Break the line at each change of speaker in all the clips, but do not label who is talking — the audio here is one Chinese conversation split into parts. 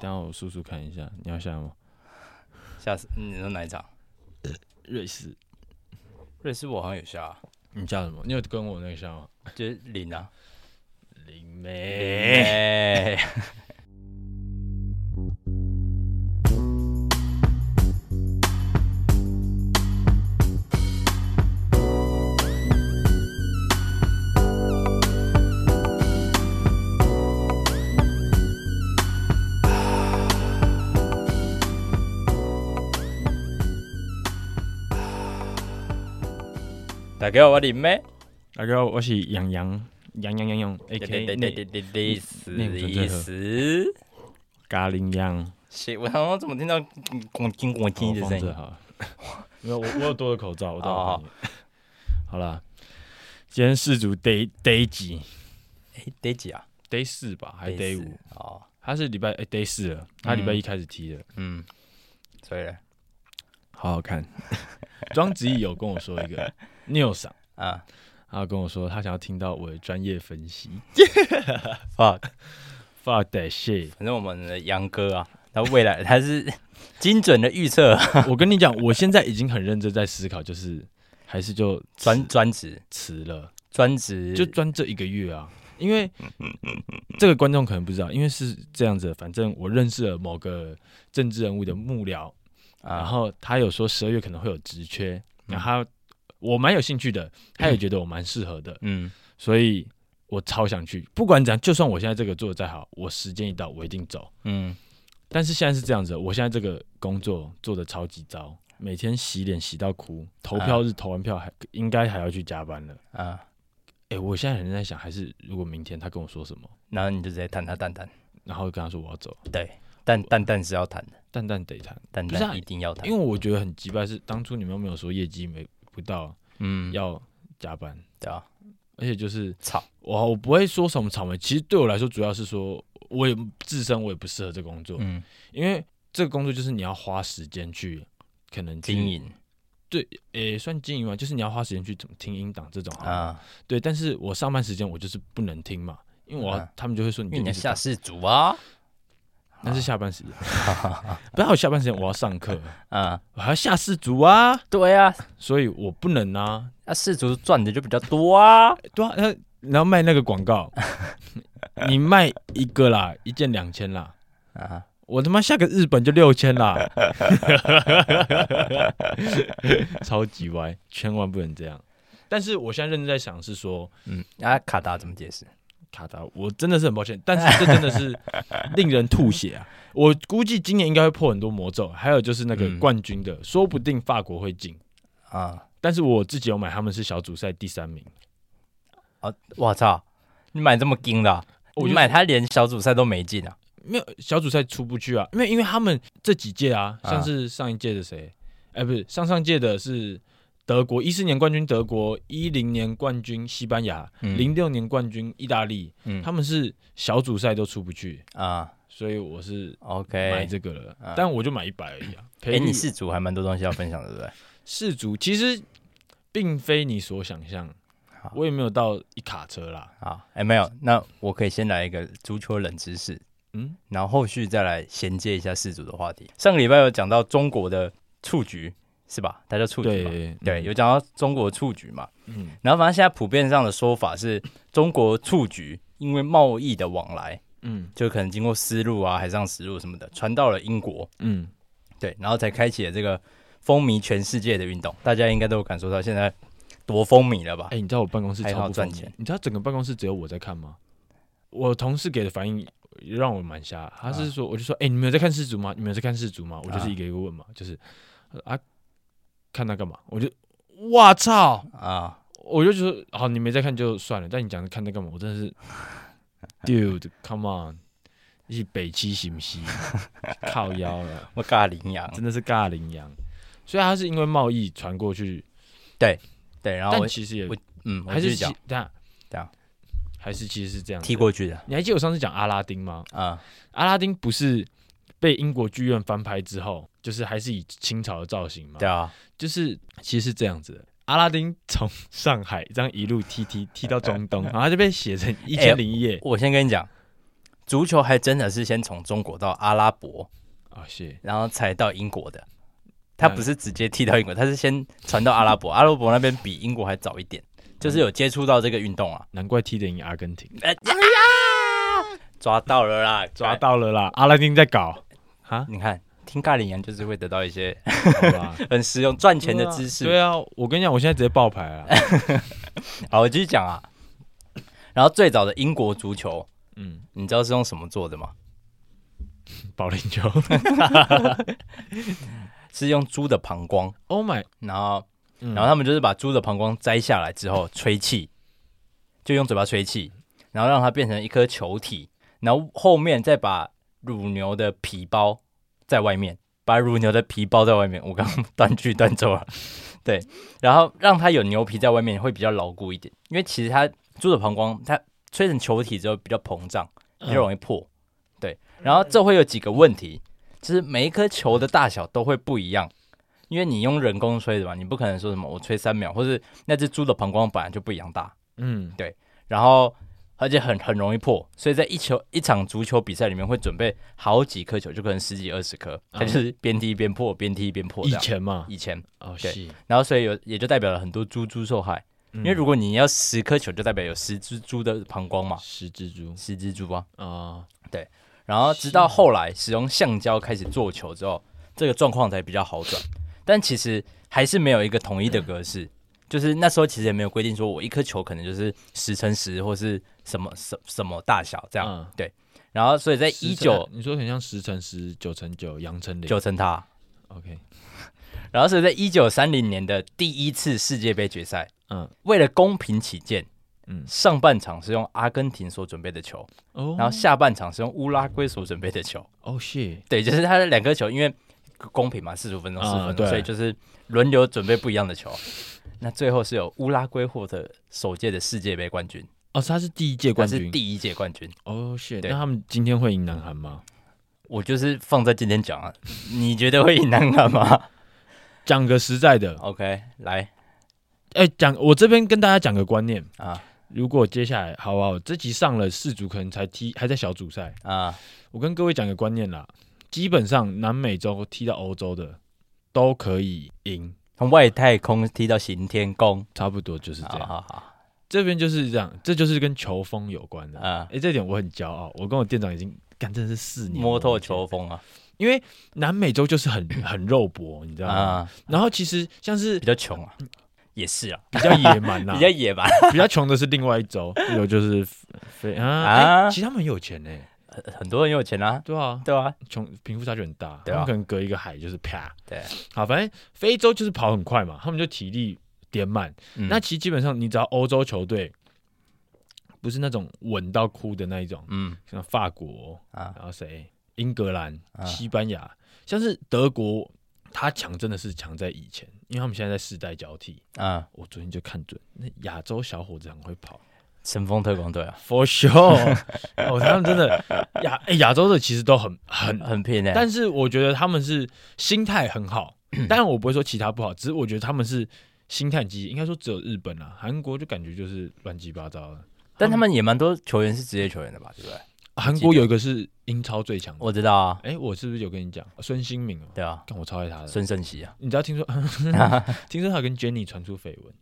等下我数数看一下，你要下吗？
下次你说哪一场？
瑞士，
瑞士我好像有下、啊，
你下什么？你有跟我那个下吗？
就是零啊。
林妹，
哎、大家好，我林妹。
大家好，我是杨洋，杨洋洋洋
对对
，A K
对对对
内
对对，死
内部
意
政策
思。
咖喱羊，
谁？我刚刚怎么听到咣叽咣叽的
好哦
声
放着
音？
好了。没有，我我有多的口罩，我
哦
到你。好啦，今天四组 day day 几
哎，day 几啊
？day 四吧，还是 day
四
五？
哦，
他是礼拜哎 day 四了，他礼拜一开始踢的，
嗯，所以呢
好好看。 庄子毅有跟我说一个 new 赏，
啊
他跟我说他想要听到我的专业分析。
，fuck，
Fuck that shit！
反正我们的杨哥啊，他未来他是 精准的预测
我跟你讲，我现在已经很认真在思考，就是还是就
专专职
辞了，
专职
就专这一个月啊。因为这个观众可能不知道，因为是这样子的，反正我认识了某个政治人物的幕僚，然
啊，
后他有说十二月可能会有职缺，然后他我蛮有兴趣的，他也觉得我蛮适合的，
嗯，
所以我超想去。不管怎样，就算我现在这个做的再好，我时间一到我一定走。
嗯，
但是现在是这样子，我现在这个工作做的超级糟，每天洗脸洗到哭，投票日投完票还应该还要去加班了。
啊，
哎、我现在很在想，还是如果明天他跟我说什么，
然后你就直接谈他蛋蛋，
然后跟他说我要走，
对，但蛋蛋是要谈的，
蛋蛋得谈，
蛋
不是啊
蛋一定要谈
因为，我觉得很鸡巴是当初你们又没有说业绩没不到
嗯，
要加班，
对啊，
而且就是
操，
我我不会说什么草莓，其实对我来说主要是说我也自身我也不适合这工作，
嗯，
因为这个工作就是你要花时间去可能去
经营
也算经营嘛，就是你要花时间去怎么听音档这种好了
啊，
对，但是我上班时间我就是不能听嘛，因为我要、
啊
他们就会说你
因
就
为你要
一直
下
打，
士族啊，
那是下班 时间，不要下班时间我要上课，
啊。
我还要下士族啊，
对啊，
所以我不能啊，
那氏族赚的就比较多啊。
对啊，呃然后卖那个广 告，你卖一个啦，一件两千啦，
啊，
我他妈下个日本就六千啦， 超级歪，千万不能这样。但是我现在认真在想是说，
嗯，那、卡达怎么解释？
卡达，我真的是很抱歉，但是这真的 是令人吐血啊！我估计今年应该会破很多魔咒，还有就是那个
嗯
冠军的，说不定法国会进，
啊，
但是我自己有买，他们是小组赛第三名，
我啊操，你买这么精的啊、
我
你
就
买他连小组赛都没进啊？
没有小组赛出不去啊，因为因为他们这几届啊，
啊
像是上一届的谁，哎、不是上上届的是德国，一四年冠军德国，一零年冠军西班牙，
嗯
零六、年冠军意大利，
嗯
他们是小组赛都出不去，
啊
所以我是买
，OK。
这个了，
啊
但我就买一百而已啊。
哎、
赔率
你氏族还蛮多东西要分享的，对不对？
氏族其实并非你所想象
好，
我也没有到一卡车啦。
好，哎、没有，那我可以先来一个足球冷知识，
嗯，
然后后续再来衔接一下氏族的话题。上个礼拜有讲到中国的蹴鞠，是吧？它叫蹴鞠嘛？
对
对，有讲到中国蹴鞠嘛？
嗯
然后反正现在普遍上的说法是，中国蹴鞠因为贸易的往来，
嗯
就可能经过丝路啊、海上丝路什么的，传到了英国，
嗯，
对，然后才开启了这个风靡全世界的运动。大家应该都有感受到现在多风靡了吧
哎、？你知道我办公室
还
超
好
不
赚
方便
钱
你知道整个办公室只有我在看吗？我同事给的反应让我蛮瞎，他
啊
是说，我就说，哎、你们有在看世足吗？你们有在看世足吗？我就是一个一个问嘛，就是啊，看他干嘛？我就，哇操！
啊，
我就觉得，好，你没在看就算了，但你讲看那干嘛？我真的 是，dude，come on，一起北七行不行？ 靠腰了，
我尬羚羊，
真的是尬羚羊。所以它是因为贸易传过去，
对，然后
但
我
其实也
我嗯，我
还
继
是其
续讲啊
等下
等下，
还是其实是这样子
踢。过去的
你还记得我上次讲阿拉丁吗？
啊，
阿拉丁不是被英国剧院翻拍之后，就是还是以清朝的造型吗？
对啊，
就是其实是这样子的。阿拉丁从上 哎海这样一路踢踢踢到中东，然后他就被写成一千零一夜。
我先跟你讲，足球还真的是先从中国到阿拉伯，
啊，谢
然后才到英国的。他
那
不是直接踢到英国，他是先传到阿拉伯，阿拉伯那边比英国还早一点，就是有接触到这个运动啊。
难怪踢得赢阿根廷，哎
哎呀，抓到了啦，
抓！到了啦！阿拉丁在搞，
你看，听尬领羊就是会得到一些
好吧？
很实用、赚钱的知识。
对啊，我跟你讲，我现在直接爆牌 了。
好，我继续讲啊。然后最早的英国足球，
嗯，
你知道是用什么做的吗？
保龄球。
是用猪的膀胱，
Oh my！
然后
嗯
然后他们就是把猪的膀胱摘下来之后吹气，就用嘴巴吹气，然后让它变成一颗球体，然后后面再把乳牛的皮包在外面，把乳牛的皮包在外面。我刚刚断句断错了， 对，然后让它有牛皮在外面会比较牢固一点，因为其实它猪的膀胱它吹成球体之后比较膨胀，比较容易破，对，然后这会有几个问题，就是每一颗球的大小都会不一样。因为你用人工吹的嘛，你不可能说什么我吹三秒，或是那只猪的膀胱本来就不一样大，
嗯
然后而且很很容易破，所以在一球一场足球比赛里面会准备好几颗球，就可能十几二十颗，它就是边踢边破，边踢边破
嗯以
这样。
前嘛，
以前，
哦
对
是，
然后所以有也就代表了很多猪猪受害，
因
因为如果你要十颗球，就代表有十只猪的膀胱嘛，
十蜘蛛
十只猪啊。
啊，
然后直到后来使用橡胶开始做球之后，这个状况才比较好转。但其实还是没有一个统一的格式，就是那时候其实也没有规定说我一颗球可能就是十乘十或是什么什什么大小这样。
嗯
对，然后所以在
十
一九
乘你说很像十乘十、九乘九、阳乘零。
九乘它，
OK，
然后所以在一九三零年的第一次世界杯决赛，
嗯
为了公平起见，
嗯
上半场是用阿根廷所准备的球，
哦，
然后下半场是用乌拉圭所准备的球。
哦 shit，
对，就是他的两颗球，因为公平嘛，四十五分钟、四十
啊
分钟，
对
所以就是轮流准备不一样的球。那最后是由乌拉圭获得首届的世界杯冠军，
哦他是第一届
那
冠
是
军，
第一届冠军。
哦 shit，
对
那他们今天会赢南韩吗？
我就是放在今天讲啊，你觉得会赢南韩吗
讲个实在的，
？OK，来
哎，讲我这边跟大家讲个观念，
啊
如果接下来好不好？这集上了四组，可能才踢还在小组赛。
啊，
我跟各位讲个观念啦，基本上南美洲踢到欧洲的都可以赢，
从外太空踢到行天宫，
差不多就是这
好
样。
好好，
这边就是这样，这就是跟球风有关的。
啊，
哎、这点我很骄傲，我跟我店长已经干，真的是四年
摸透
了，
球风啊
因为南美洲就是很 很肉搏，你知道吗？
啊，
然后其实像是
比较穷啊，也是啊，
比较野蛮啦、
比较野吧，
比较穷的是另外一州，有就是非啊
啊
诶其实他们很有钱呢、
很多人有钱啊，
对啊，
对啊，
穷贫富差距很大，
对
他们
啊
可能隔一个海就是啪，
对，
好，反正非洲就是跑很快嘛，他们就体力点满。
嗯
那其实基本上你只要欧洲球队，不是那种稳到哭的那一种，
嗯
像法国，
啊
然后谁，英格兰、
啊
西班牙，像是德国，他强真的是强在以前，因为他们现在在世代交替。
啊，
我昨天就看准，那亚洲小伙子很会跑
神风特工队啊，
，for sure 。 哦，他们真的亚哎亚洲的其实都很很
很拼欸诶，
但是我觉得他们是心态很 好，当然我不会说其他不好，只是我觉得他们是心态很积极。应该说只有日本啊，韩国就感觉就是乱七八糟的。
但他们也蛮多球员是职业球员的吧，对不对？
韩国有一个是英超最强的，
我知道啊，
哎、我是不是有跟你讲孙兴敏哦？
对啊，
看我超爱他的。
孙胜熙啊，
你知道听说， 听说他跟 Jenny 传出绯闻，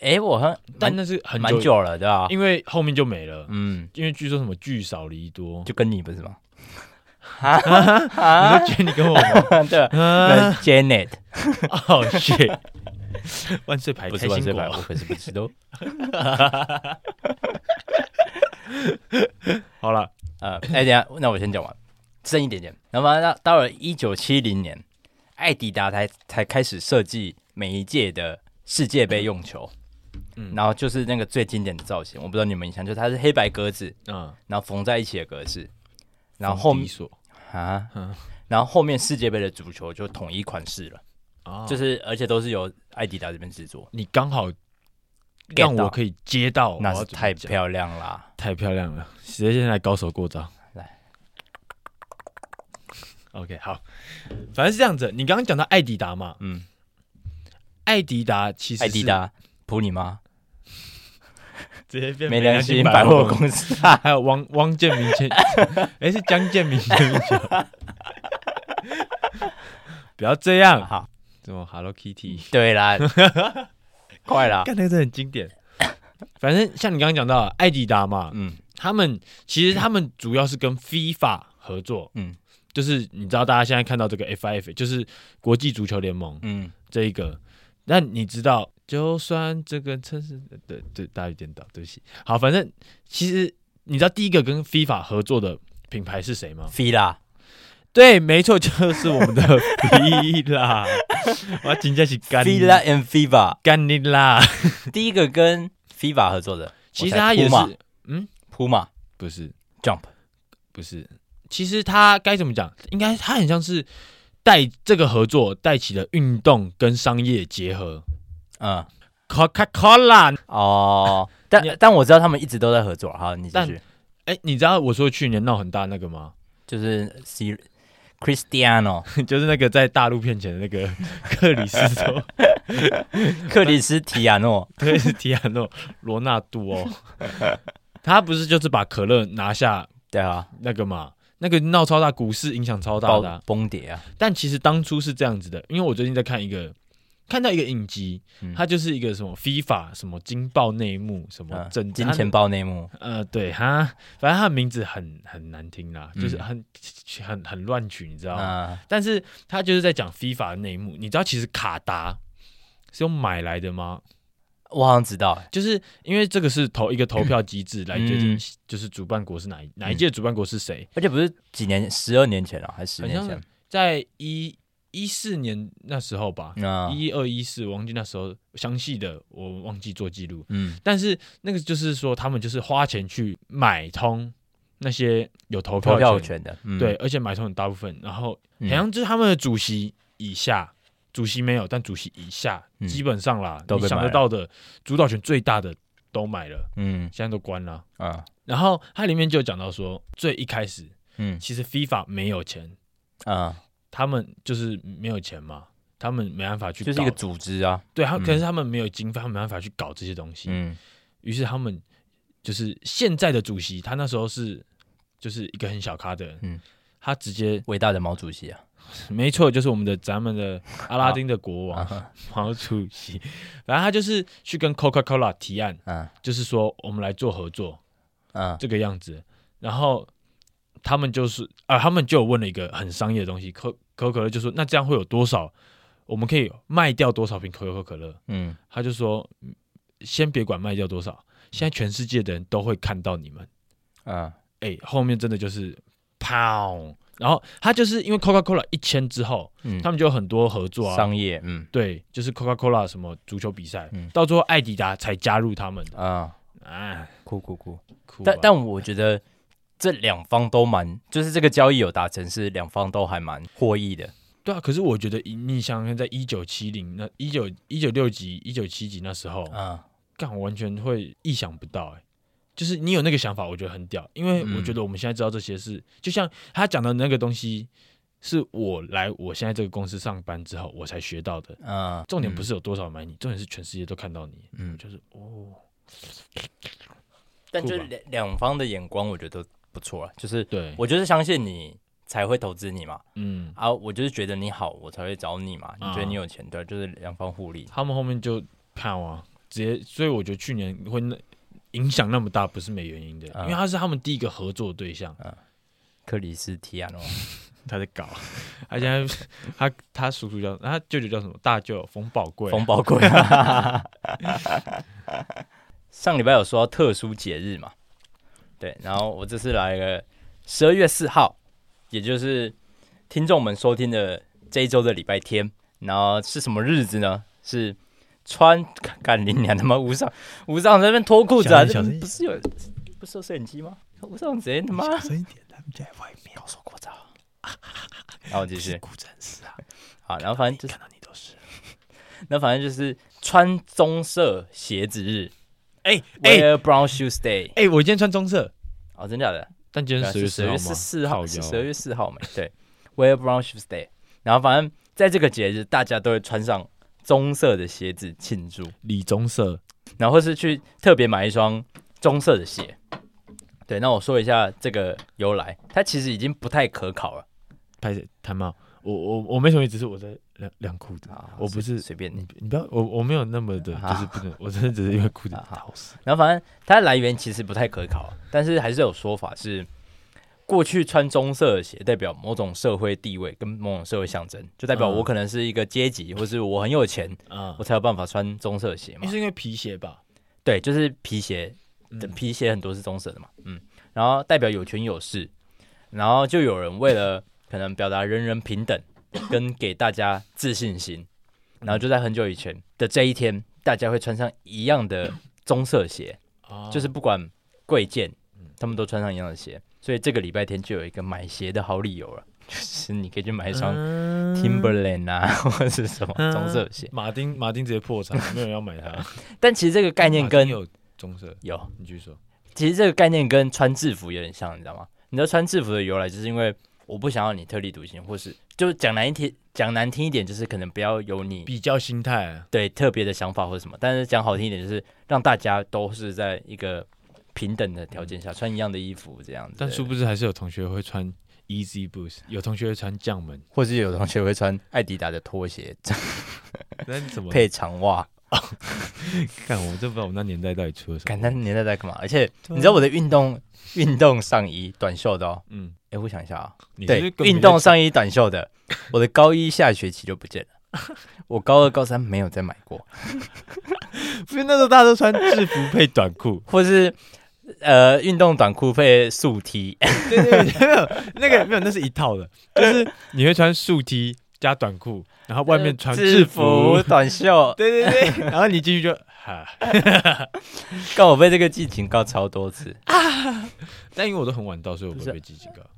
哎，我好像
但
蛮
那是很
蛮久了，对吧？
因为后面就没了。
嗯，
因为据说什么聚少离多，
就跟你不是吗？啊
你说 Jenny 跟我吗？
对啊，那 Janet
哦 shit，万岁牌
不
开
是万
心
岁牌，
果
我，可是不知道。
好了，
呃，哎，等一下，那我先讲完，剩一点点。然后到到了一九七零年，艾迪达才才开始设计每一届的世界杯用球，
嗯
然后就是那个最经典的造型，我不知道你们印象，就是它是黑白格子，
嗯，
然后缝在一起的格式，然后后面
封底锁
啊
嗯，
然后后面世界杯的足球就统一款式了，
啊
就是而且都是由艾迪达这边制作，
你刚好
Get
让
到
我可以接到，
那
哦我要
是
怎么
太
讲
漂亮啦！
太漂亮了，直接现在高手过招
来。
OK，好，反正是这样子。你刚刚讲到艾迪达嘛，
嗯，
艾迪达其实
艾迪
是
达普你妈
直接变
没良
心
心百货
公司。
公司啊，
还有汪汪建民签， 哎、是江建民签名球。 不要这样，
好，嗯
什么 Hello Kitty，
对啦， 快啦，
看那个真的很经典。反正像你刚刚讲到的艾迪达嘛，
嗯
他们其实他们主要是跟 FIFA 合作，
嗯
就是你知道大家现在看到这个 FIF，就是国际足球联盟
嗯，
这一个。那你知道，就算这个城市，对对，大家有点倒，对不起。好，反正其实你知道第一个跟 FIFA 合作的品牌是谁吗？
飞啦，
对，没错，就是我们的 FIFA。我 真的是干
飞啦 and Viva，
干你啦！
第一个跟 Viva 合作的，
其实它也
我才
是，
普马
不是
Jump，
不是，其实它该怎么讲？应该它很像是带这个合作带起了运动跟商业结合。
嗯
Coca-Cola，
哦，但
你
但我知道他们一直都在合作，好，你继
但
续，
哎、你知道我说去年闹很大那个吗？
就是 C Cristiano
就是那个在大陆骗钱的 那个克里斯托，
克里斯提亚诺，
对，是提亚诺罗纳度 哦。他不是就是把可乐拿下
对啊，
那个嘛？那个闹超大，股市影响超大
爆
的啊、
崩跌啊，
但其实当初是这样子的，因为我最近在看一个，看到一个影集，
嗯
它就是一个什么 FIFA 什么惊爆内幕什么
嗯
整
金钱豹内幕，
呃，对哈，反正他的名字很很难听啦，
嗯
就是很很很乱取，你知道吗？
嗯
但是他就是在讲 FIFA 的内幕，你知道其实卡达是用买来的吗？
我好像知道，欸
就是因为这个是投一个投票机制来决定
嗯，
就是主办国是哪一、哪一届主办国是谁，
而且不是几年，十二年前了、还是十
好
年
像
前
是？在一一四年那时候吧，
那
一二一四，忘记那时候详细的我忘记做记录，
嗯
但是那个就是说他们就是花钱去买通那些有投票
投票
权，
权的，嗯、
对，，而且买通很大部分，然后好
嗯
像就是他们的主席以下，主席没有，但主席以下、
嗯
基本上啦，
都被
你想
买
得
了
到的主导权最大的都买了，
嗯
现在都关了。
啊
然后它里面就有讲到说，最一开始
嗯
其实 FIFA 没有钱，
啊，
他们就是没有钱嘛，他们没办法去搞，
就是一个组织啊，
对，他
嗯
可能是他们没有经费，他们没办法去搞这些东西。
嗯
于是他们就是现在的主席，他那时候是就是一个很小咖的人，
嗯
他直接
伟大的毛主席啊，
没错，就是我们的咱们的阿拉丁的国王、 毛主席，反正他就是去跟 Coca-Cola 提案，
嗯
就是说我们来做合作
嗯
这个样子，然后他们就是啊，他们就有问了一个很商业的东西，可可口可乐就说那这样会有多少，我们可以卖掉多少瓶可口可乐？
嗯，
他就说嗯先别管卖掉多少，现在全世界的人都会看到你们。
嗯
哎、后面真的就是砰，然后他就是因为 Coca-Cola 一签之后，
嗯，
他们就有很多合作啊，
商业，嗯
对，就是 Coca-Cola 什么足球比赛，
嗯
到最后艾迪达才加入他们的
啊，
啊，
酷酷酷，啊
哭吧
但但我觉得这两方都蛮，就是这个交易有达成，是两方都还蛮获益的，
对啊，可是我觉得你想想看，在一九七零那一九一九六级、一九七级那时候，
嗯
干、我完全会意想不到、哎，就是你有那个想法，我觉得很屌，因为
嗯
我觉得我们现在知道这些事，就像他讲的那个东西，是我来我现在这个公司上班之后我才学到的。
嗯，
重点不是有多少买你，重点是全世界都看到你，
嗯，嗯，
就是哦，
但就
酷吧
两两方的眼光，我觉得都不错了，就是
对，
我就是相信你才会投资你嘛。
嗯，
啊，我就是觉得你好，我才会找你嘛。你
啊
觉得你有钱，对，就是两方互利。
他们后面就看啊，直接，所以我觉得去年会那影响那么大，不是没原因的，
嗯
因为他是他们第一个合作对象，
啊克里斯提亚诺，
他在搞， 他现在他他叔叔叫他舅舅叫什么大舅冯宝贵，
冯宝贵。啊 上礼拜有说到特殊节日嘛，对，然后我这次来个十二月四号，也就是听众们收听的这一周的礼拜天，然后是什么日子呢？是穿干你娘他妈吴 尚吴尚在那边脱裤子啊！
小
这
心
不是有不是有摄影机吗？吴尚直接他妈
声一点，他们家在外面，我说过早，
然后继续
古镇是啊，
好，然后反正就是。
看到你都是，
那反正就是穿棕色鞋子日、
哎
w e
哎
a r Brown Shoes Day。
哎，我今天穿棕色，
哦，真假的？
但今天
对啊
十月
是
四
十
号
月
吗？
十四
靠腰
号，是十二月四号没？对，Wear Brown Shoes Day。然后反正在这个节日，大家都会穿上棕色的鞋子庆祝，
李棕色，
然后或是去特别买一双棕色的血。对，那我说一下这个由来，它其实已经不太可考了。
拍谁谭茂，我我我没什么意思，只是我在晾晾裤子。
啊
我不是
随便你
你。你不要，我我没有那么的，
啊
就是不能，我真的只是因为裤子
啊好
潮湿。
然后反正它的来源其实不太可考，但是还是有说法是，过去穿棕色的鞋代表某种社会地位跟某种社会象征，就代表
嗯
我可能是一个阶级，或是我很有钱，
啊
我，才有办法穿棕色的鞋嘛
那。是因为皮鞋吧？
对，就是皮鞋，
嗯
皮鞋很多是棕色的嘛，嗯，然后代表有权有势，然后就有人为了可能表达人人平等，跟给大家自信心，然后就在很久以前的这一天，大家会穿上一样的棕色鞋，
啊
就是不管贵贱，他们都穿上一样的鞋，所以这个礼拜天就有一个买鞋的好理由了，就是你可以去买一
嗯
双 Timberland 啊， 或者是什么棕色的鞋。
马丁马丁直接破 产，没有人要买它。
但其实这个概念
马
跟
丁有棕色，
有
你继续说。
其实这个概念跟穿制服有点像，你知道吗？你知道穿制服的由来，就是因为我不想要你特立独行，或是就讲难听讲难听一点，就是可能不要有你
比较心态啊，
对特别的想法或者什么，但是讲好听一点，就是让大家都是在一个平等的条件下穿一样的衣服这样子。
但殊不知还是有同学会穿 Easy Boost，有同学会穿降 门，
或是有同学会穿艾迪达的拖鞋
那你怎么？
配长袜，
看我真不知道我那年代到底出了什
感
么。
叹年代在干嘛？而且
啊
你知道我的运动运动上衣短袖的哦，
嗯，
哎、我想一下啊，
你是不
对
是，根本
运动上衣短袖的，我的高一下学期就不见了， 我高二高三没有再买过，，
不是那时候大家都穿制服配短裤
或是呃运动短裤配素 T，
对对对，没有那个没有，那是一套的，就是你会穿竖 T 加短裤，然 后外面 穿制服，
短袖，
对对对，然后你进去就哈，
但我被这个记警告超多次，
但因为我都很晚到，所以我不
不是
会被记警告。
啊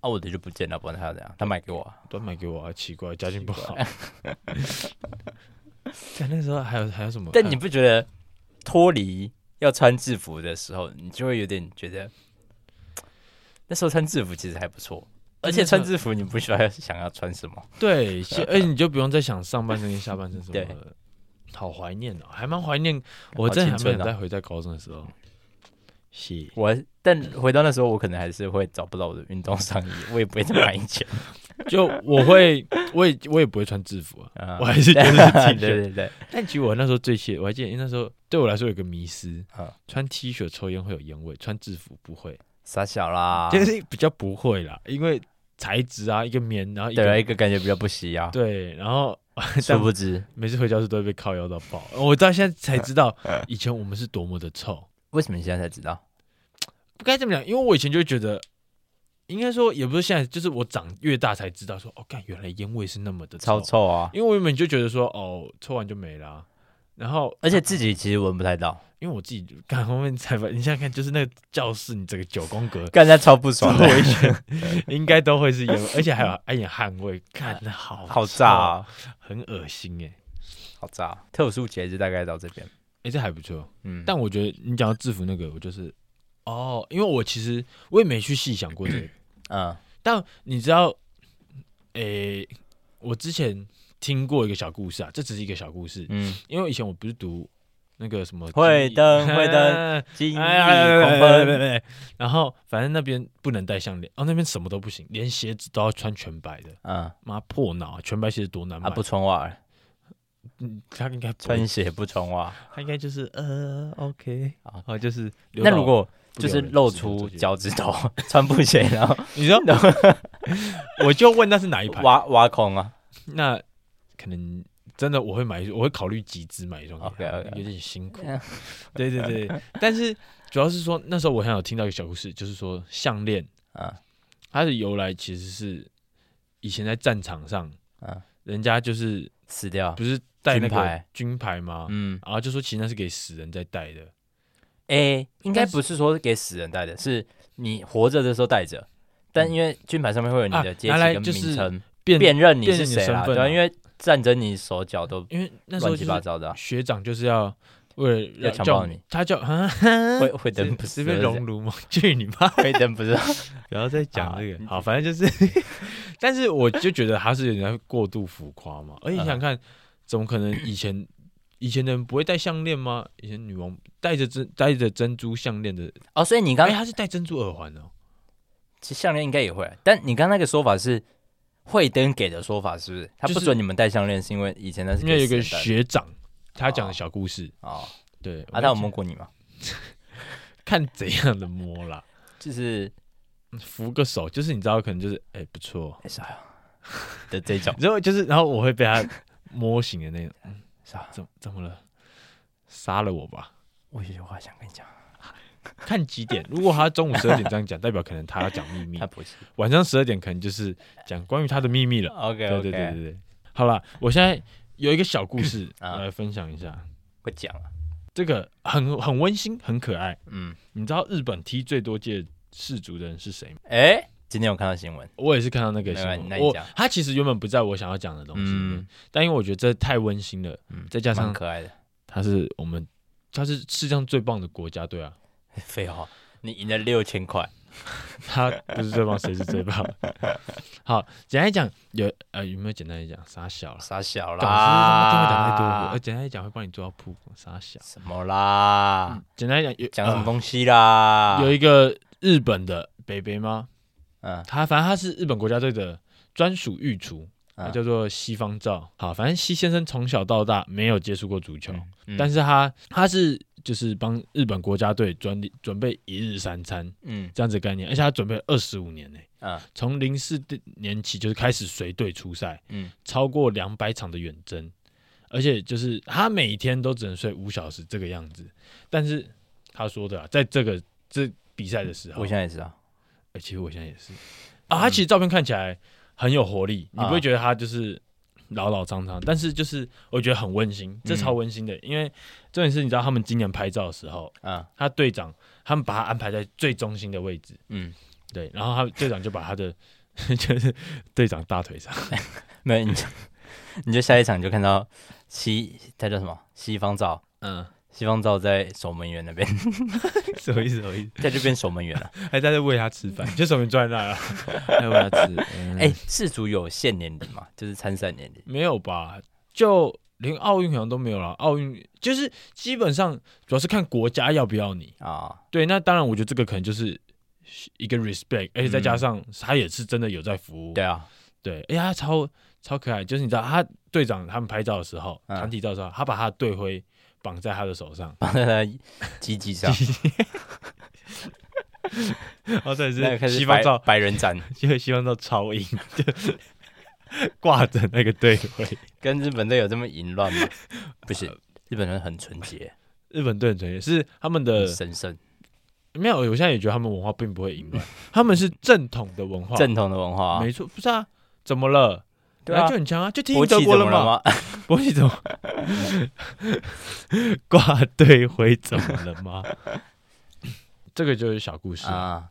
啊我的就不见了，不然他要怎样？他买给我啊、
都买给我啊，奇怪，家境不好。 在那时候还有还有什么？
但你不觉得脱离要穿制服的时候，你就会有点觉得，那时候穿制服其实还不错，而且穿制服你不需要 想要穿什么。
对， 其而且你就不用再想上半身跟下半身什么了，好怀念哦，还蛮怀念。我真的还
青
没
春
有
啊
再回在高中的时候。是，
我但回到那时候，我可能还是会找不到我的运动上衣，我也不会再买一件。
就我会， 我也我也不会穿制服啊，
啊
我还是觉得是 T
对
恤。
对对，
但其实我那时候最气的，我还记得那时候对我来说有个迷思
啊，
穿 T 恤抽烟会有烟味，穿制服不会，
傻小啦，
就是比较不会啦，因为材质啊，一个棉，然后一
对啊，
个
一个感觉比较不吸啊。
对，然后
殊不知
每次回教室都会被靠腰到爆。哦我到现在才知道，以前我们是多么的臭。
为什么你现在才知道？
不该这么讲，因为我以前就会觉得，应该说也不是现在，就是我长越大才知道说，哦，干，原来烟味是那么的
超
臭。
臭啊！
因为我原本就觉得说，哦，抽完就没啦、然后，
而且自己其实闻不太到，
因为我自己干后面才发，你想想看，就是那个教室，你整个九宫 格
干那超不爽
周
的，
围圈应该都会是烟 味，而且还有一点汗味，看那好
好炸
臭，
啊，
很恶心哎、欸。
好炸啊！特殊节日大概到这边，
哎、这还不错。
嗯，
但我觉得你讲到制服那个，我就是哦，因为我其实我也没去细想过这个。
嗯
但你知道，诶、我之前听过一个小故事啊，这只是一个小故事，
嗯，
因为以前我不是读那个什么
会灯会灯，金翼狂奔，
对，然后反正那边不能戴项链，哦，那边什么都不行，连鞋子都要穿全白的，
嗯，
妈破脑啊！全白鞋子多难买，
啊不穿袜了，
嗯，他应该不会
穿鞋不穿袜。
他应该就是呃，OK
啊
啊，就是留
那
到
如果
不
就
了
是
人
露
知道
出
这些
脚趾头，穿布鞋， 然后
你知道，我就问那是哪一排？
挖挖空啊，
那可能真的我会买，我会考虑集资买一双给他
OK，OK
有点辛苦
Yeah。
对对对，但是主要是说那时候我很有听到一个小故事，就是说项链
嗯
它的由来其实是以前在战场上，
嗯
人家就是
死掉。
不是戴那个
军牌
军牌吗？
嗯，
然后就说其实那是给死人在戴的，
诶、应该
但是
不是说是给死人戴的，是你活着的时候戴着。
嗯
但因为军牌上面会有你
啊
的阶
拿
级
来
跟
就
名
是
称，
变
辨认你
辨
是
认你
谁
身
啦，
份
对啊，
啊
因为战争你手脚都
因为那时
乱
候
七
就
八
是
糟的啊、
学长就是要为了
要强
叫
暴你，
他叫 啊，
会会灯不是
随便熔炉吗？去你妈！
会灯不是
不要再讲
啊
这个。好，嗯反正就是，但嗯是我就觉得他是有点在过度浮夸嘛。而且你想看，怎么可能以前以前的人不会戴项链吗？以前女王戴着珍戴着珍珠项链的，
哦，所以你刚
哎、她是戴珍珠耳环哦。
其实项链应该也会，但你刚那个说法是惠登给的说法，是不是？他不
就是
准你们戴项链，是因为以前那是
因为有个
学
学长，他讲的小故事，
哦，
对，
啊，他有摸过你吗？
看怎样的摸啦，
就是
扶个手，就是你知道，可能就是哎、不错，
哎 啥呀的这种
然后就是然后我会被他摸醒的那种，
啥？
怎怎么了？杀了我吧！
我有些话想跟你讲，
看几点？如果他中午十二点这样讲，代表可能他要讲秘密
他；不是。
晚上十二点可能就是讲关于他的秘密了。
OK
对
OK，
对对对对。好了，我现在有一个小故事
啊
我来分享一下，
会讲啊，
这个很很温馨，很可爱。
嗯，
你知道日本踢最多届世足的人是谁吗？
哎，今天有看到新闻，
我也是看到那个新
那
闻
那，你
我
讲
他其实原本不在我想要讲的东西里面，
嗯
但因为我觉得这太温馨了，
嗯，
再加上
蛮可爱的，
他是我们他是世界上最棒的国家队啊，
废话，你赢了六千块，
他不是最棒，谁是最棒？好，简单讲，有呃有没有简单一讲？傻小了，
傻小
搞是他妈根本讲太多了，
啦
呃，，简单一讲会帮你做到曝光，傻小。
什么啦？
简单一讲，有
讲什么
嗯呃
东西啦？
有一个日本的北北吗？
嗯
他反正他是日本国家队的专属御厨，他
嗯
叫做西方照。好，反正西先生从小到大没有接触过足球，
嗯
但是他他是就是帮日本国家队专准备一日三餐
嗯
这样子的概念，而且他准备二十五年呢、
嗯
从零四年起就是开始随队出赛，
嗯，
超过两百场的远征，而且就是他每天都只能睡五小时这个样子。但是他说的、啊，在这个这比赛的时候，
我现在也嗯是啊，
欸其实我现在也是啊，他其实照片看起来很有活力，你
啊
不会觉得他就是老老长长，但是就是我觉得很温馨，
嗯
这超温馨的，因为重点是你知道他们今年拍照的时候，
嗯
他队长他们把他安排在最中心的位置，
嗯，
对，然后他队长就把他的 就是队长大腿上，
没有你就你就下一场就看到西，他叫什么？西方照，
嗯，
西方照在守门员那边，
什么意思？什么意思？
在这边守门员了。啊
还在这喂他吃饭，就手边转那 啊，还喂他吃？嗯
哎，世足有限年龄嘛，就是参赛年龄。
没有吧？就连奥运好像都没有了，奥运就是基本上主要是看国家要不要你。
啊，
对，那当然，我觉得这个可能就是一个 respect，而且再加上他也是真的有在服务。
对啊，
嗯对，哎呀，他超超可爱，就是你知道，他队长他们拍照的时候，
嗯
团体照的时候，他把他的队徽绑在他的手 上，
放在他鸡 鸡上，
然后哦这
那个开
是
始
西方
百
照，
百人斩，
因为西方照超硬，就 挂着那个队徽。
跟日本队有这么淫乱 吗？不是，日本人很纯洁、
日本队很专业，是他们的
很神圣、
没有，我现在也觉得他们文化并不会淫 乱，他们是正统的文化，
正统的文化啊、
没错，不是啊？怎么了？
对啊
就很强啊，就踢
国
赢德
旗
国
怎
了
么了
嘛。
吗？
国旗怎么挂队徽怎么了吗？ 这个就是小故事，
啊，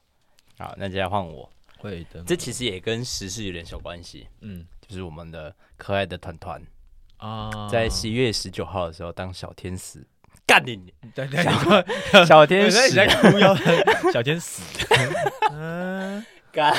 好，那接下来换我。
会的。
这其实也跟时事有点小关系，
嗯
就是我们的可爱的团团
啊，
在十一月十九号的时候当小天使，干你
等等，小
小 天
在
使，
在哭腰，小天使， 嗯，
干，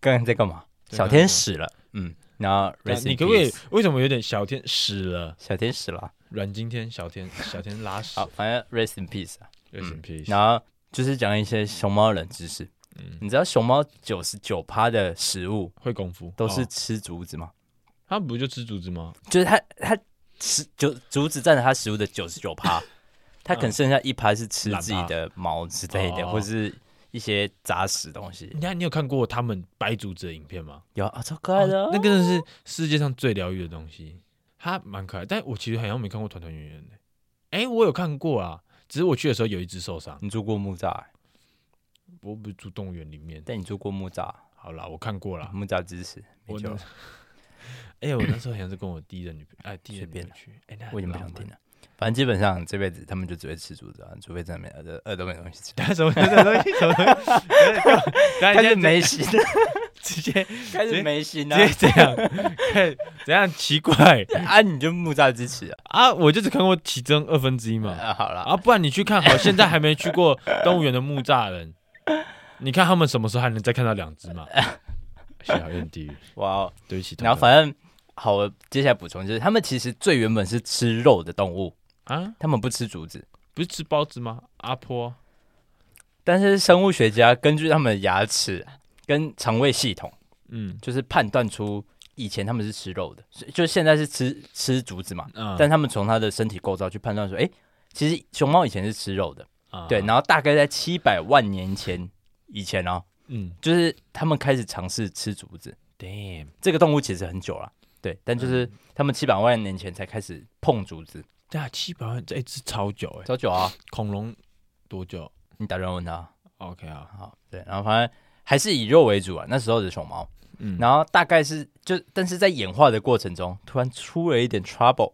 刚刚在干嘛？
在
小天使了，嗯，然后
那
rest in
啊你可不可以
peace，
为什么有点小天使了？
小天使了？
阮经天，小天，小天拉屎
好，反正 rest in peace 啊。
，rest in peace，
然后就是讲一些熊猫冷知识。
嗯
你知道熊猫九十九趴的食物
会功夫
都是
哦
吃竹子吗？
他不就吃竹子吗？
就是它它吃就竹子占了它食物的九十 九趴，它可能剩下一趴是吃
嗯懒
自己
趴
的毛之类的，
哦
或是一些杂食东西
你。看，你有看过他们掰竹子的影片吗？
有啊，超可爱的、
哦那个真的是世界上最疗愈的东西，它蛮可爱。但我其实好像没看过团团圆圆的。哎、我有看过啊，只是我去的时候有一只受伤。
你住过木栅、欸？
我不是住动物园里面。
但你住过木栅？
好啦，我看过啦。
木栅知识没
我
救
那
了，
哎、我那时候好像是跟我第一任女朋友，哎，第一任女
随
朋
便
友去。哎、那
我已经不
很浪漫
想听。了。反正基本上这辈子他们就只会吃竹子啊，除非真的没呃呃都没东西吃。
等下 什么什么东西？什么东西？ 等下
开始
现在
没心，
直接直
开
直接
始没心啊！
接这样， 看怎样奇怪
啊，你就木栅支持啊？
啊？我就只看过其中二分之一嘛。
啊，好了，
啊，不然你去看好，现在还没去过动物园的木栅人，你看他们什么时候还能再看到两只嘛？小有点地狱，
哇哦！
对不起。
然后
团
反正好，我接下来补充就是，他们其实最原本是吃肉的动物，
啊，
他们不吃竹子。
不是吃包子吗？阿婆
但是生物学家根据他们的牙齿跟肠胃系统，
嗯
就是判断出以前他们是吃肉的，是就是现在是吃吃竹子嘛。
啊，
但他们从它的身体构造去判断说，诶，其实熊猫以前是吃肉的，
啊
对。然后大概在七百万年前以前哦，
嗯
就是他们开始尝试吃竹子。
，damn，
这个动物其实很久了，对，但
嗯
就是他们七百万年前才开始碰竹子，
对啊，七百万，这、欸、是超久哎、
多久啊？
恐龙多久
你打电话问他。
？OK 啊，
好，对，然后反正还是以肉为主啊，那时候的熊猫。
嗯，
然后大概是就，但是在演化的过程中，突然出了一点 trouble，、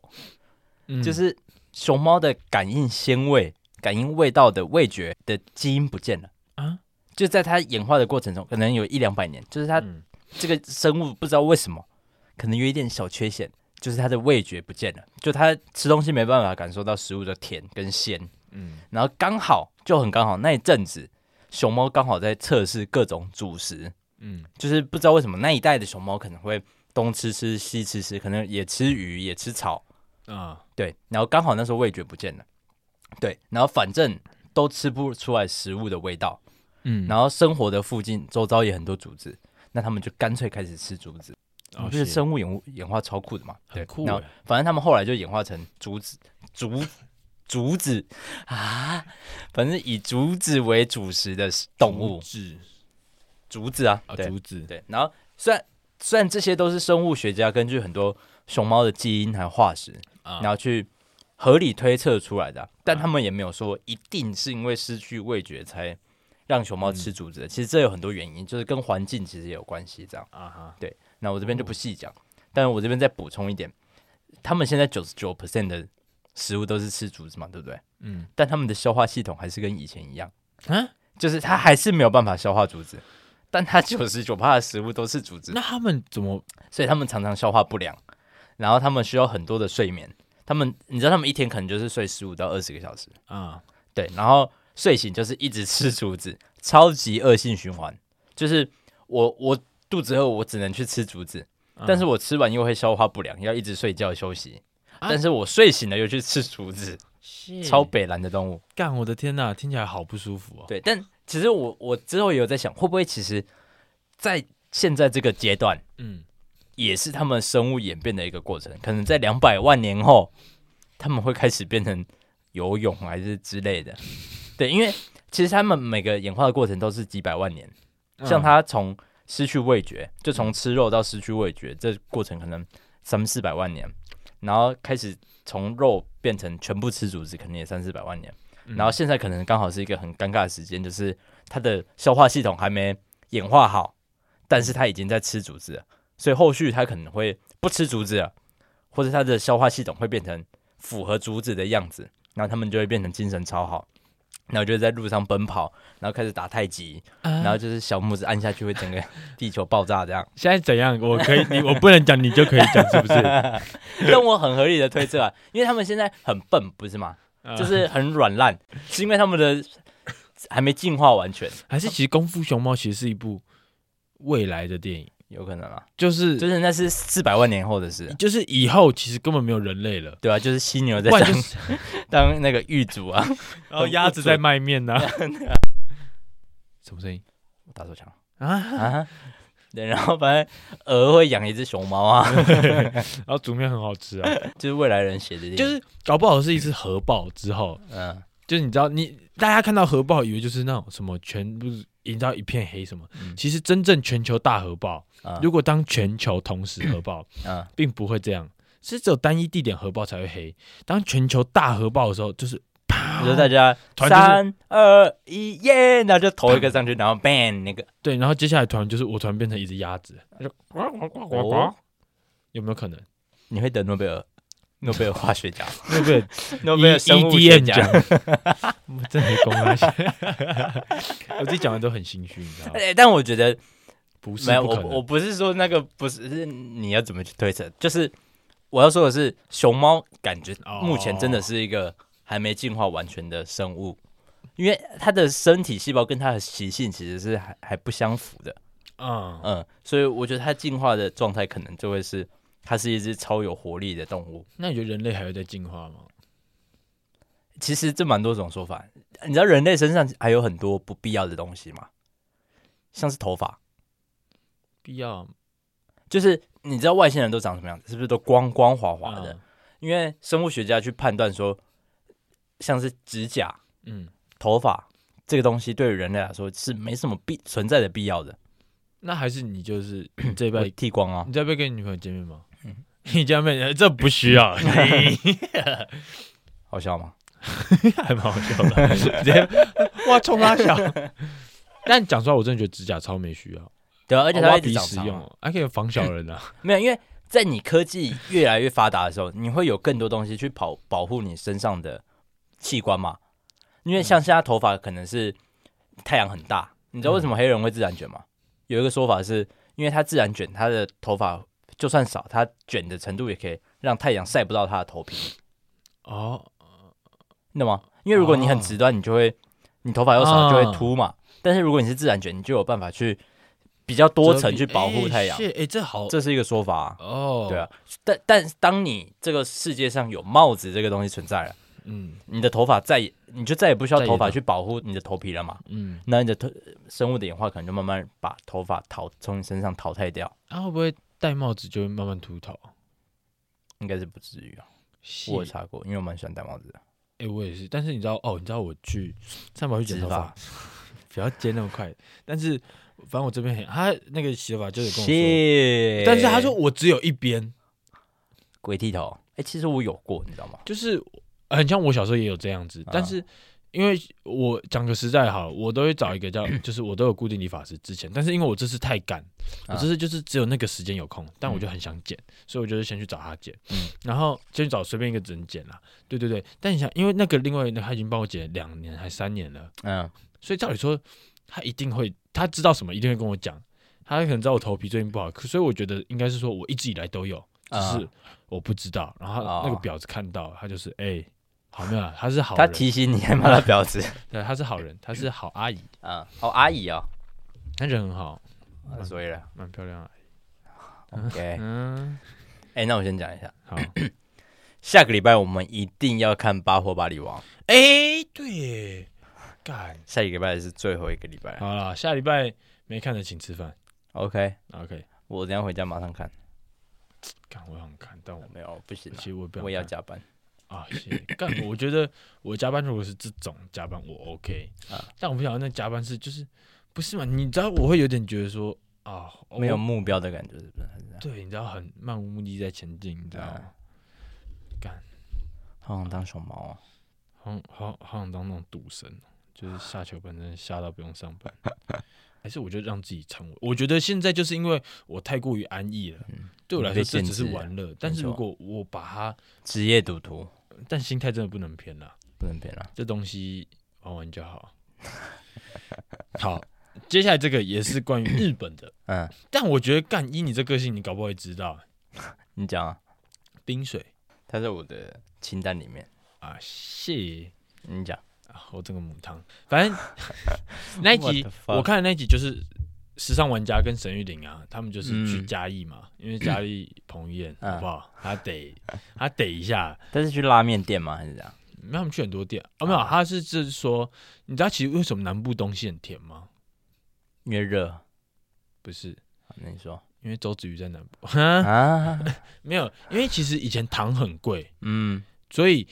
嗯
就是熊猫的感应鲜味、感应味道的味觉的基因不见了。
啊，
就在它演化的过程中，可能有一两百年，就是它
嗯
这个生物不知道为什么，可能有一点小缺陷，就是它的味觉不见了，就它吃东西没办法感受到食物的甜跟鲜。
嗯
然后刚好就很刚好那一阵子，熊猫刚好在测试各种主食，
嗯
就是不知道为什么那一代的熊猫可能会东吃吃西吃吃，可能也吃鱼也吃草，
啊，
对，然后刚好那时候味觉不见了，对，然后反正都吃不出来食物的味道，
嗯
然后生活的附近周遭也很多竹子，那他们就干脆开始吃竹子，
哦
就是
是
生物演演化超酷的嘛，对
很，酷
然后
欸
反正他们后来就演化成竹子竹。竹子啊，反正以竹子为主食的动物
竹，子
竹子啊，
啊，
对，
竹子，
对，然后虽然虽然这些都是生物学家根据很多熊猫的基因还有化石，
啊
然后去合理推测出来的啊、但他们也没有说一定是因为失去味觉才让熊猫吃竹子的。其实这有很多原因，就是跟环境其实也有关系。这样，
啊哈，
那我这边就不细讲，但我这边再补充一点，他们现在九十九 percent 的食物都是吃竹子嘛，对不对？
嗯
但他们的消化系统还是跟以前一样，
啊，
就是它还是没有办法消化竹子。但它九十九的食物都是竹子，
那他们怎么
所以他们常常消化不良，然后他们需要很多的睡眠。他们你知道，他们一天可能就是睡十五到二十个小时，
啊？
对，然后睡醒就是一直吃竹子，超级恶性循环。就是我我肚子饿，我只能去吃竹子，
啊
但是我吃完又会消化不良，要一直睡觉休息。
啊
但是我睡醒了又去吃竹子，超北蓝的动物。
干，我的天呐，听起来好不舒服哦。
对，但其实我我之后也有在想，会不会其实，在现在这个阶段，
嗯，
也是他们生物演变的一个过程。可能在两百万年后，他们会开始变成游泳还是之类的。对，因为其实他们每个演化的过程都是几百万年，
嗯
像
啊
它从失去味觉，就从吃肉到失去味觉，这过程可能三四百万年，然后开始从肉变成全部吃竹子，可能也三四百万年。
嗯
然后现在可能刚好是一个很尴尬的时间，就是它的消化系统还没演化好，但是它已经在吃竹子了，所以后续它可能会不吃竹子了，或者它的消化系统会变成符合竹子的样子，然后他们就会变成精神超好，然后就会在路上奔跑，然后开始打太极，
啊
然后就是小拇指按下去会整个 地球爆炸这样。
现在怎样？我可以，你我 不能讲，你就可以讲， 是不是？
但我很合理的推测啊，因为他们现在很笨，不是吗？
啊嗯
就是很软烂，是因为他们的还没进化完全，
还是其实《功夫熊猫》其实是一部未来的电影，
有可能啊。
就是
就是那是四百万年后的事，
就是以后其实根本没有人类了，
对啊，就是犀牛在
不然
当、
就是
当那个狱卒啊，
然后鸭子在卖面啊呢。什么声音
打手枪
啊？
啊。对，然后反正鹅会养一只熊猫啊，
嗯然后煮面很好吃 啊，
就是未来人写的电影，
就是搞不好是一只核爆之后，
嗯
就是你知道，你大家看到核爆以为就是那种什么全部营造一片黑什么，
嗯
其实真正全球大核爆，
嗯
如果当全球同时核爆，
嗯
并不会这样，是只有单一地点核爆才会黑。当全球大核爆的时候，就是
你说大家
团就是
三二一耶，然后就投一个上去，然后 bang 那个
对，然后接下来突然就是我突然变成一只鸭子，
哦，
有没有可能？
你会得诺贝尔诺贝尔化学奖，
对不对
诺
E-
贝尔生物学
EDM
奖
奖，，我 真的攻那些， 我自己讲的都很心虚，你知道吗？
哎，但我觉得
不是
没有，
不
我
可
不我
能，
不是说那个不是，是你要怎么去推测？就是我要说的是，熊猫感觉
哦
目前真的是一个还没进化完全的生物，因为它的身体细胞跟它的习性其实是还还不相符的，
嗯
嗯，所以我觉得它进化的状态可能就会是它是一只超有活力的动物。
那你觉得人类还会在进化吗？
其实这蛮多种说法，你知道人类身上还有很多不必要的东西吗？像是头发，
必要
就是你知道外星人都长什么样子，是不是都光光滑滑的？
嗯
因为生物学家去判断说，像是指甲、
嗯，
头发这个东西对于人类来说是没什么必存在的必 要的。
那还是你就是你这一
我
辈
剃光啊，
你这辈跟你女朋友见面吗？
嗯
你见面呃这不需要，
好笑吗？
还蛮好笑的，直接哇冲他笑。 但讲实话，我真的觉得指甲超没需要，
对啊，而且
挖
它一直
鼻
长
使
长
用
啊。，
还可以防小人啊。
没有，因为在你科技越来越发达的时候，你会有更多东西去保保护你身上的器官嘛。
嗯
因为像现在头发可能是太阳很大，你
嗯
知道为什么黑人会自然卷吗？有一个说法是，因为他自然卷，他的头发就算少，他卷的程度也可以让太阳晒不到他的头皮。
哦，
你懂吗？因为如果你很
哦
直端，你就会你头发又少，
啊
就会秃嘛。但是如果你是自然卷，你就有办法去比较多层去保护太阳，
哎，诶这好
这是一个说法、啊。
哦，
对啊，，但但当你这个世界上有帽子这个东西存在了，
嗯
你的头发再也你就再也不需要
再也
头发
不
去保护你的头皮了嘛？
嗯，
那你的头生物的演化可能就慢慢把头发淘从你身上淘汰掉，
啊会不会戴帽子就会慢慢秃头？
应该是不至于啊。
是
我有查过，因为我蛮喜欢戴帽子的。
哎、我也是，但是你知道哦，你知道我去三毛去剪
直
头
发
发， 不要剪那么快。但是反正我这边很，他那个洗头发就是跟我说，
谢，
但是他说我只有一边，
鬼剃头，哎、其实我有过，你知道吗？
就是很像我小时候也有这样子，但是因为我讲个实在好，我都会找一个叫，就是我都有固定理发师之前，但是因为我这次太赶，我这次就是只有那个时间有空，但我就很想剪，所以我就是先去找他剪，
嗯
然后先去找随便一个人剪啦。对对对，但你想，因为那个另外一个他已经帮我剪了两年还三年了。
嗯，
所以照理说，他一定会，他知道什么一定会跟我讲。他可能知道我头皮最近不好，可所以我觉得应该是说我一直以来都有，只
啊
是我不知道。然后
啊
他那个婊子看到，他就是哎、好没有啦，他是好
他
人，
提醒你还骂他婊子
对，他是好人，他是好阿姨，
啊，哦阿姨哦，
他人很好，
啊所以了
蛮漂亮的。啊
，OK，哎、
嗯，
那我先讲一下，
好，
下个礼拜我们一定要看《巴霍巴里王》，
哎、对耶，干，
下一个礼拜是最后一个礼拜
好啦，下礼拜没看的请吃饭。
，OK，
OK，
我等一下回家马上看，
干，我想看，但我
没有不行啊
其，实我不想
我也要
看
加班，
啊，谢谢干！我觉得我加班如果是这种加班，我 OK
啊
但我不晓得那加班是就是不是嘛？你知道我会有点觉得说啊，
哦没有
我
目标的感觉是不是？还是这样
对，你知道很漫无目的在前进，你知道
啊
吗？
好想当熊猫哦，
好像好像好想当那种赌神哦，就是下球本身下到不用上班， 还是我就让自己成为。我觉得现在就是因为我太过于安逸了，
嗯
对我来
被
说这
限
只是
制了
玩乐，但是
错
如果我把它，
职业赌徒
但心态真的不能偏了。
不能啊变了，
这东西玩玩就好。 好，接下来这个也是关于日本 的，
嗯，
但我觉得干依你这个性，你搞不好会知道
你讲啊，
冰水
它在我的清单里面，
啊，谢
你讲，
啊，我这个母汤，反 正那一集
What the fuck？
我看的那一集就是。时尚玩家跟沈玉玲啊，他们就是去
嗯
嘉义嘛，因为嘉义彭于晏
嗯
好不好？他 得他得一下，
但是去拉面店吗？还是这样？
没有他们去很多店
嗯
哦，没有，他是就是说，你知道其实为什么南部东西很甜吗？
因为热，好
不是，
那你说
因为周子瑜在南部，
啊，
没有，因为其实以前糖很贵，
嗯，
所以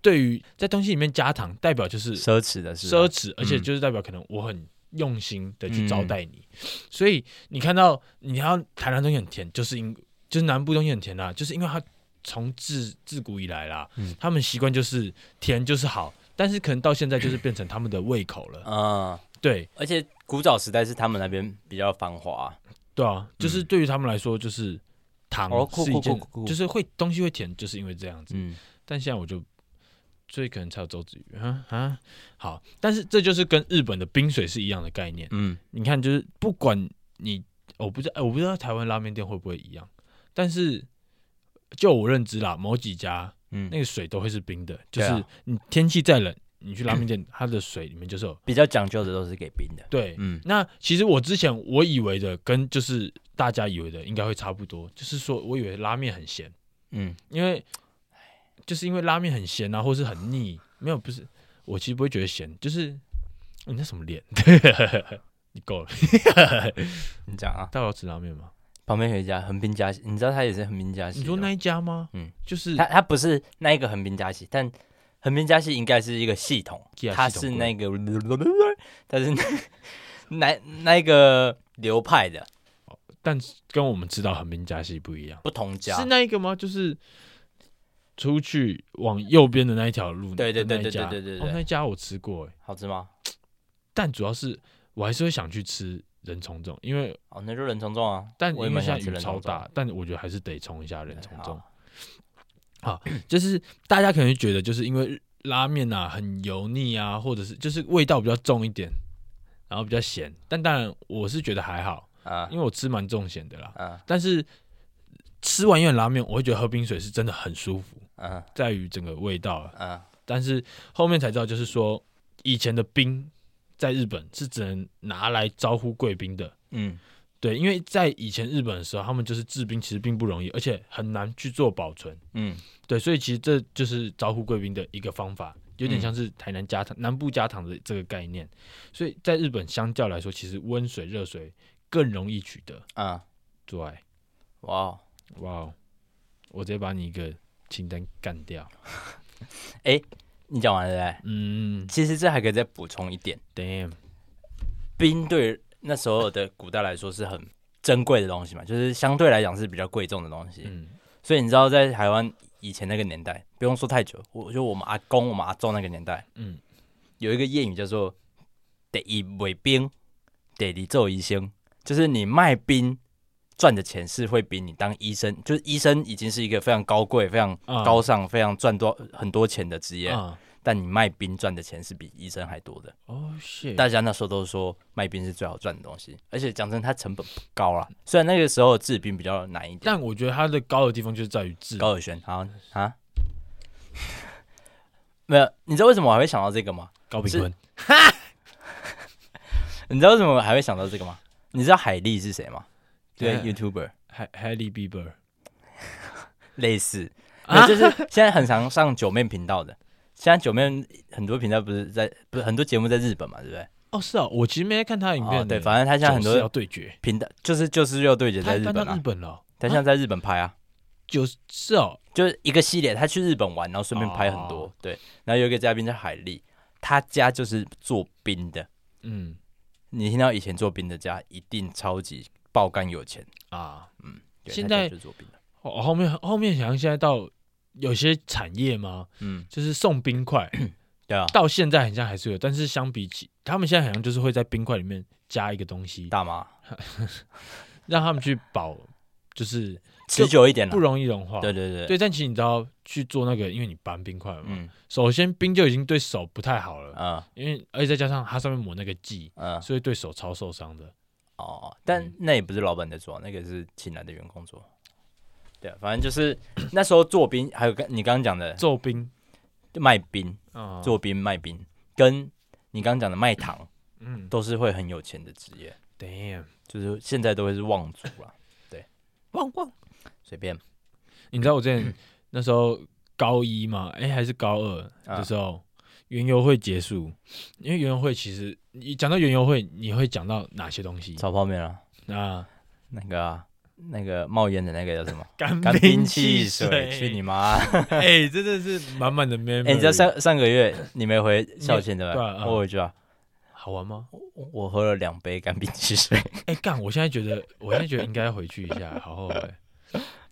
对于在东西里面加糖，代表就是
奢侈啊嗯的是吧
奢侈，而且就是代表可能我很用心的去招待你。
嗯
所以你看到你要台南东西很甜，就是因就是南部东西很甜啦，就是因为它从自自古以来啦，
嗯
他们习惯就是甜就是好，但是可能到现在就是变成他们的胃口了。
嗯，
对
而且古早时代是他们那边比较繁华，
对啊，就是对于他们来说，就是糖
嗯哦酷
是一
酷
件
酷酷酷
就是会东西会甜，就是因为这样子。
嗯
但现在我就，所以可能才有周子瑜啊啊。好，但是这就是跟日本的冰水是一样的概念。
嗯，
你看，就是不管你，我不知道，哎我不知道台湾拉面店会不会一样，但是就我认知啦，某几家
嗯
那个水都会是冰的，就
对啊
是你天气再冷，你去拉面店，它的水里面就是有
比较讲究的都是给冰的。
对。
嗯，
那其实我之前我以为的跟就是大家以为的应该会差不多，就是说我以为拉面很咸，
嗯，
因为就是因为拉面很咸啊，或是很腻，没有不是，我其实不会觉得咸，就是哦你那什么脸， 你够了，
你讲啊，
大家有吃拉面吗？
旁边有一家横滨家西，你知道它也是横滨家西的
你
吗？
说那一家吗？
嗯，
就是
它它不是那一个横滨加系，但横滨加系应该是一个系统
Kia，
它
系
是
统
那个，它是那那那个流派的
但是跟我们知道横滨加西不一样，
不同家
是，那一个吗？就是出去往右边的那一条路，
对对对
那一家
对对对对对
哦，那一家我吃过哎，
好吃吗？
但主要是我还是会想去吃人从众，因为
哦，那就人从众啊，
但
我也
因为
蛮
现
想
在
吃
雨
人
超
从众
大，，但我觉得还是得冲一下人
对
从
好
众。就是大家可能觉得，就是因为拉面啊很油腻啊，或者是就是味道比较重一点，然后比较咸。但当然我是觉得还好，
啊
因为我吃蛮重咸的啦。
啊
但是吃完一碗拉面，我会觉得喝冰水是真的很舒服，
啊
在于整个味道啊。
啊，
但是后面才知道，就是说以前的冰在日本是只能拿来招呼贵宾的。
嗯，
对，因为在以前日本的时候，他们就是制冰其实并不容易，而且很难去做保存。
嗯
对，所以其实这就是招呼贵宾的一个方法，有
嗯
点像是台南加糖、南部加糖的这个概念。所以在日本相较来说，其实温水、热水更容易取得。
啊，
对，
哇哦，
哇哦，我直接把你一个清单干掉。
你讲完了对不对？
嗯
其实这还可以再补充一点，
，damn，
冰对那时候的古代来说是很珍贵的东西嘛，就是相对来讲是比较贵重的东西，
嗯，
所以你知道，在台湾以前那个年代，不用说太久，我就我们阿公、我们阿宗那个年代，
嗯，
有一个谚语叫做“得以为兵，得以做医生”，就是你卖兵赚的钱是会比你当医生，就是医生已经是一个非常高贵、非常
啊
高尚、非常赚多很多钱的职业，
啊，
但你卖兵赚的钱是比医生还多的。
哦谢，
大家那时候都说卖兵是最好赚的东西，而且讲真，它成本不高啦。虽然那个时候治兵比较难一点。
但我觉得它的高的地方就是在于质，
高尔宣，好啊， 没有，你知道为什么我还会想到这个吗？
高平
是
坤，
你知道为什么我还会想到这个吗？你知道海莉是谁吗？对
嗯
，YouTuber
海海利比伯，
类似，
啊
没有就是现在很常上九妹频道的。现在九妹很多频道不是在不是很多节目在日本嘛，对不对？
哦是哦，我其实没在看他的影
哦
片，
对，反正他现在很
九四要
多
对决，
频道就是就是六对决
他搬到
在日本
日
啊，
本了哦，
他现在在日本拍啊，
九是哦，
就是一个系列，他去日本玩，然后顺便拍很多
哦。
对，然后有一个嘉宾叫海莉，他家就是做冰的，
嗯
你听到以前做兵的家一定超级爆肝有钱，
啊，
对
现
他家
在
就是做兵的，
后哦后面后面想现在到有些产业吗？
嗯，
就是送冰块，
对啊，
到现在好像还是有，但是相比起他们现在好像就是会在冰块里面加一个东西，
大妈
让他们去保，就是
持久一点了
不，容易融化。
对对对，
对，但其实你知道去做那个，因为你搬冰块嘛，
嗯
首先冰就已经对手不太好了，
嗯
因为而且再加上它上面抹那个剂，
嗯
所以对手超受伤的。
哦，
嗯
但那也不是老板在做，啊那个是请来的员工做，对啊，反正就是那时候做兵，还有跟你刚刚讲的
做冰
卖兵、
啊，
做兵卖兵，跟你刚刚讲的卖糖，
嗯
都是会很有钱的职业，
，damn，
就是现在都会是望族啦，
旺旺。
随便，
你知道我之 前那时候高一嘛，哎、还是高二
啊
的时候，园游会结束，因为园游会其实你讲到园游会，你会讲到哪些东西？
炒泡面啊，
啊，
那个啊那个冒烟的那个叫 什么？
干
干冰
冰
汽
水，
水，去你！ 妈！
哎、真的是满满的 memory。
哎、你知道上上个月你没回校庆对吧？
对啊
我回去啊，
好玩吗？
我我喝了两杯干冰汽水。
哎、干！我现在觉得，我现在觉得应该回去一下，好后悔。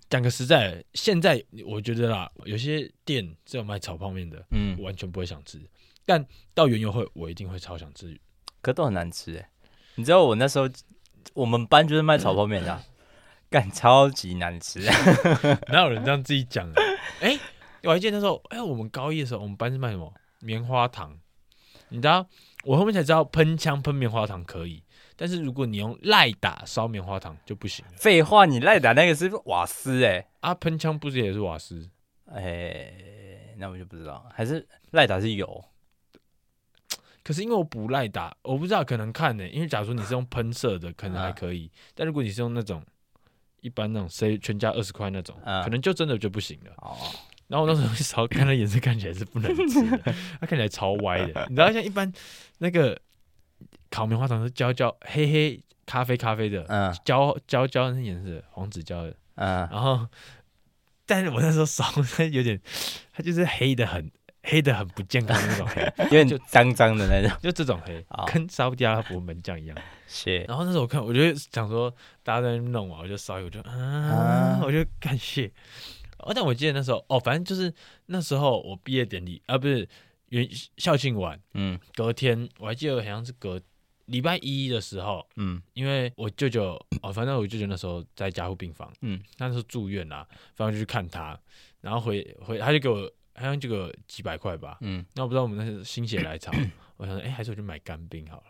讲个实在的，现在我觉得啦，有些店只有卖炒泡面的，
嗯
我，完全不会想吃。但到园游会，我一定会超想吃。
可都很难吃哎、你知道我那时候我们班就是卖炒泡面 的啊、干超级难吃。
哪有人这样自己讲啊？哎、我还记得那时候，哎、我们高一的时候，我们班是卖什么棉花糖？你知道，我后面才知道喷枪喷棉花糖可以，但是如果你用赖打烧棉花糖就不行了
废话，你赖打那个是瓦斯哎、
啊！喷枪不是也是瓦斯？
哎、那我就不知道，还是赖打是油
可是因为我不赖打，我不知道可能看呢、因为假如说你是用喷射的，可能还可以，但如果你是用那种一般那种谁全家二十块那种，
啊
可能就真的就不行了。
哦，
然后我那时候 一勺看他颜色看起来是不能吃的，它看起来超歪的。你知道像一般那个烤棉花糖是焦焦黑黑咖啡咖啡的，
嗯
焦焦焦那颜色黄子焦的。
嗯，
然后，但是我那时候烧它有点，它就是黑的很黑的很不健康的那种 黑，
有点脏脏的那种。
就这种黑
好，
跟烧掉阿伯门酱一样。
是，
然后那时候我看，我就想说大家在那边弄嘛，我就烧一个，我就啊
啊，
我就感谢。哦，但我记得那时候，哦，反正就是那时候我毕业典礼啊，不是元校庆晚，
嗯
隔天我还记得好像是隔礼拜一的时候，
嗯
因为我舅舅哦，反正我舅舅那时候在加护病房，
嗯，
那时候住院啦、反正就去看他，然后回回他就给我好像就给我几百块吧，
嗯，
那我不知道我们那时候心血来潮， 我想说，哎、还是我去买干冰好了，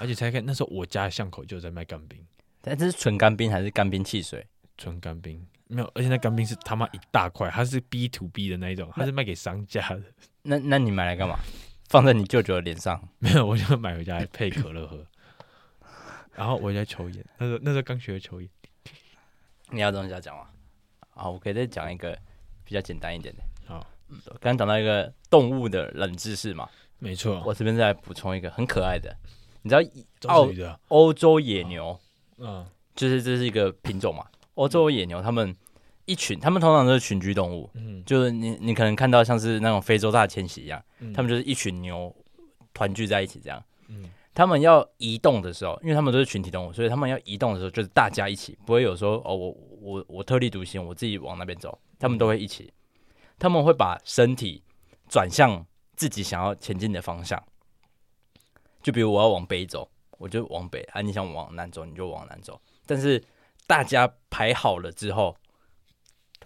而且才看那时候我家巷口就有在卖干冰，
但这是纯干冰还是干冰汽水？
纯干冰没有，而且那干冰是他妈一大块，它是 B to B 的那一种，它是卖给商家的，
那那你买来干嘛？放在你舅舅的脸上？
没有，我就买回家配可乐喝，然后我也在抽烟，那时候那时候刚学会抽烟，
你要东西要讲吗？好，我可以再讲一个比较简单一点的。
好，
刚刚讲到一个动物的冷知识嘛，
没错，
我这哦边再补充一个很可爱的。你知道
都
澳
是鱼的，啊
欧洲野牛，
嗯，
就是这是一个品种嘛？欧洲野牛它们一群，它们通常都是群居动物，
嗯
就是你你可能看到像是那种非洲大迁徙一样，
嗯
它们就是一群牛团聚在一起这样。
嗯
他们要移动的时候，因为他们都是群体动物，所以他们要移动的时候就是大家一起，不会有说哦我我我特立独行，我自己往那边走，他们都会一起，他们会把身体转向自己想要前进的方向。就比如我要往北走，我就往北啊；你想往南走，你就往南走。但是大家排好了之后，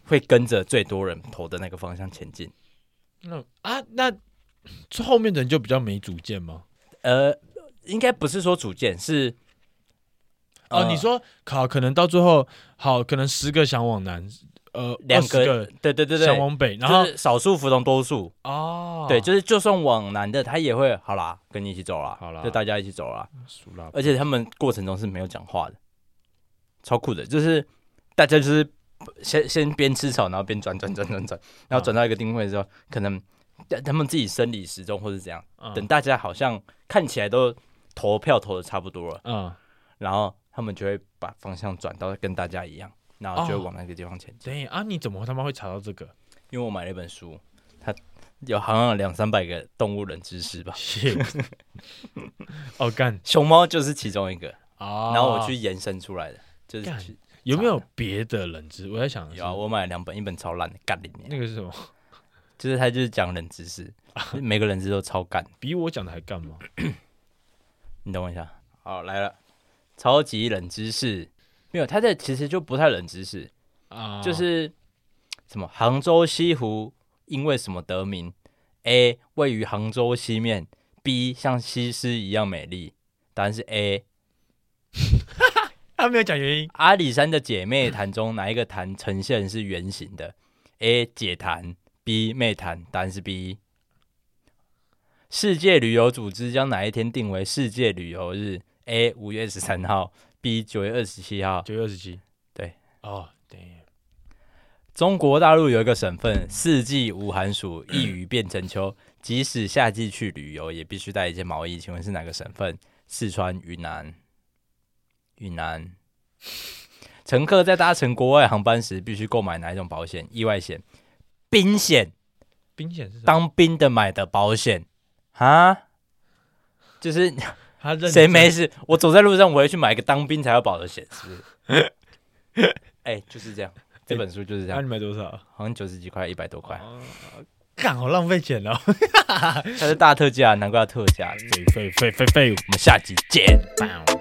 会跟着最多人投的那个方向前进。
那啊，那后面的人就比较没主见吗？
呃，应该不是说主见是
哦，
呃
你说好，可能到最后好，可能十个想往南，呃，
两
20
个
个，
对对对对，
想往北，然后
就是少数服从多数，
哦，
对，就是就算往南的，他也会好啦，跟你一起走啦，
好啦
就大家一起走啦。
熟了，
而且他们过程中是没有讲话的，超酷的，就是大家就是先先边吃草，然后边转转转转转，
嗯
然后转到一个定位的时候，可能但他们自己生理时钟或是怎样，
嗯
等大家好像看起来都投票投的差不多了，
嗯，
然后他们就会把方向转到跟大家一样，然后就
哦
会往那个地方前进。
等一下啊，你怎么他妈会查到这个？
因为我买了一本书，它有好像有两三百个动物冷知识吧，
谢，哦干
熊猫就是其中一个，
啊，
然后我去延伸出来的，就是
干
去
有没有别的冷知？我在想
有啊，我买了两本，一本超烂的，干里面，
那个是什么，
就是它就是讲冷知识，每个冷知识都超干，
比我讲的还干吗？
你等我一下，好来了，超级冷知识，没有，它这其实就不太冷知识，
啊，
就是什么杭州西湖因为什么得名？A 位于杭州西面，B 像西施一样美丽。答案是 A。
他没有讲原因
阿里山的姐妹潭中哪一个潭呈现是圆形的？A 姐潭，B 妹潭，答案是 B。世界旅游组织将哪一天定为世界旅游日？A 五月十三号，B 九月二十七号，
九月二十七，
对，
哦，等一下，
中国大陆有一个省份，四季无寒暑，一雨变成秋。即使夏季去旅游，也必须带一件毛衣。请问是哪个省份？四川、云南、云南。乘客在搭乘国外航班时，必须购买哪一种保险？意外险、兵险，
冰险是什么
当兵的买的保险啊？就是
他认
谁
真
没事？我走在路上，我也去买一个当兵才要保的险，是不是？ 哎、就是这样。这本书就是这
那
样，
你买多少？
好像九十几块，一百多块。
哦，干好浪费钱哦。
它是大特价，难怪要特价。
废废废废废。
我们下集见。
Bow.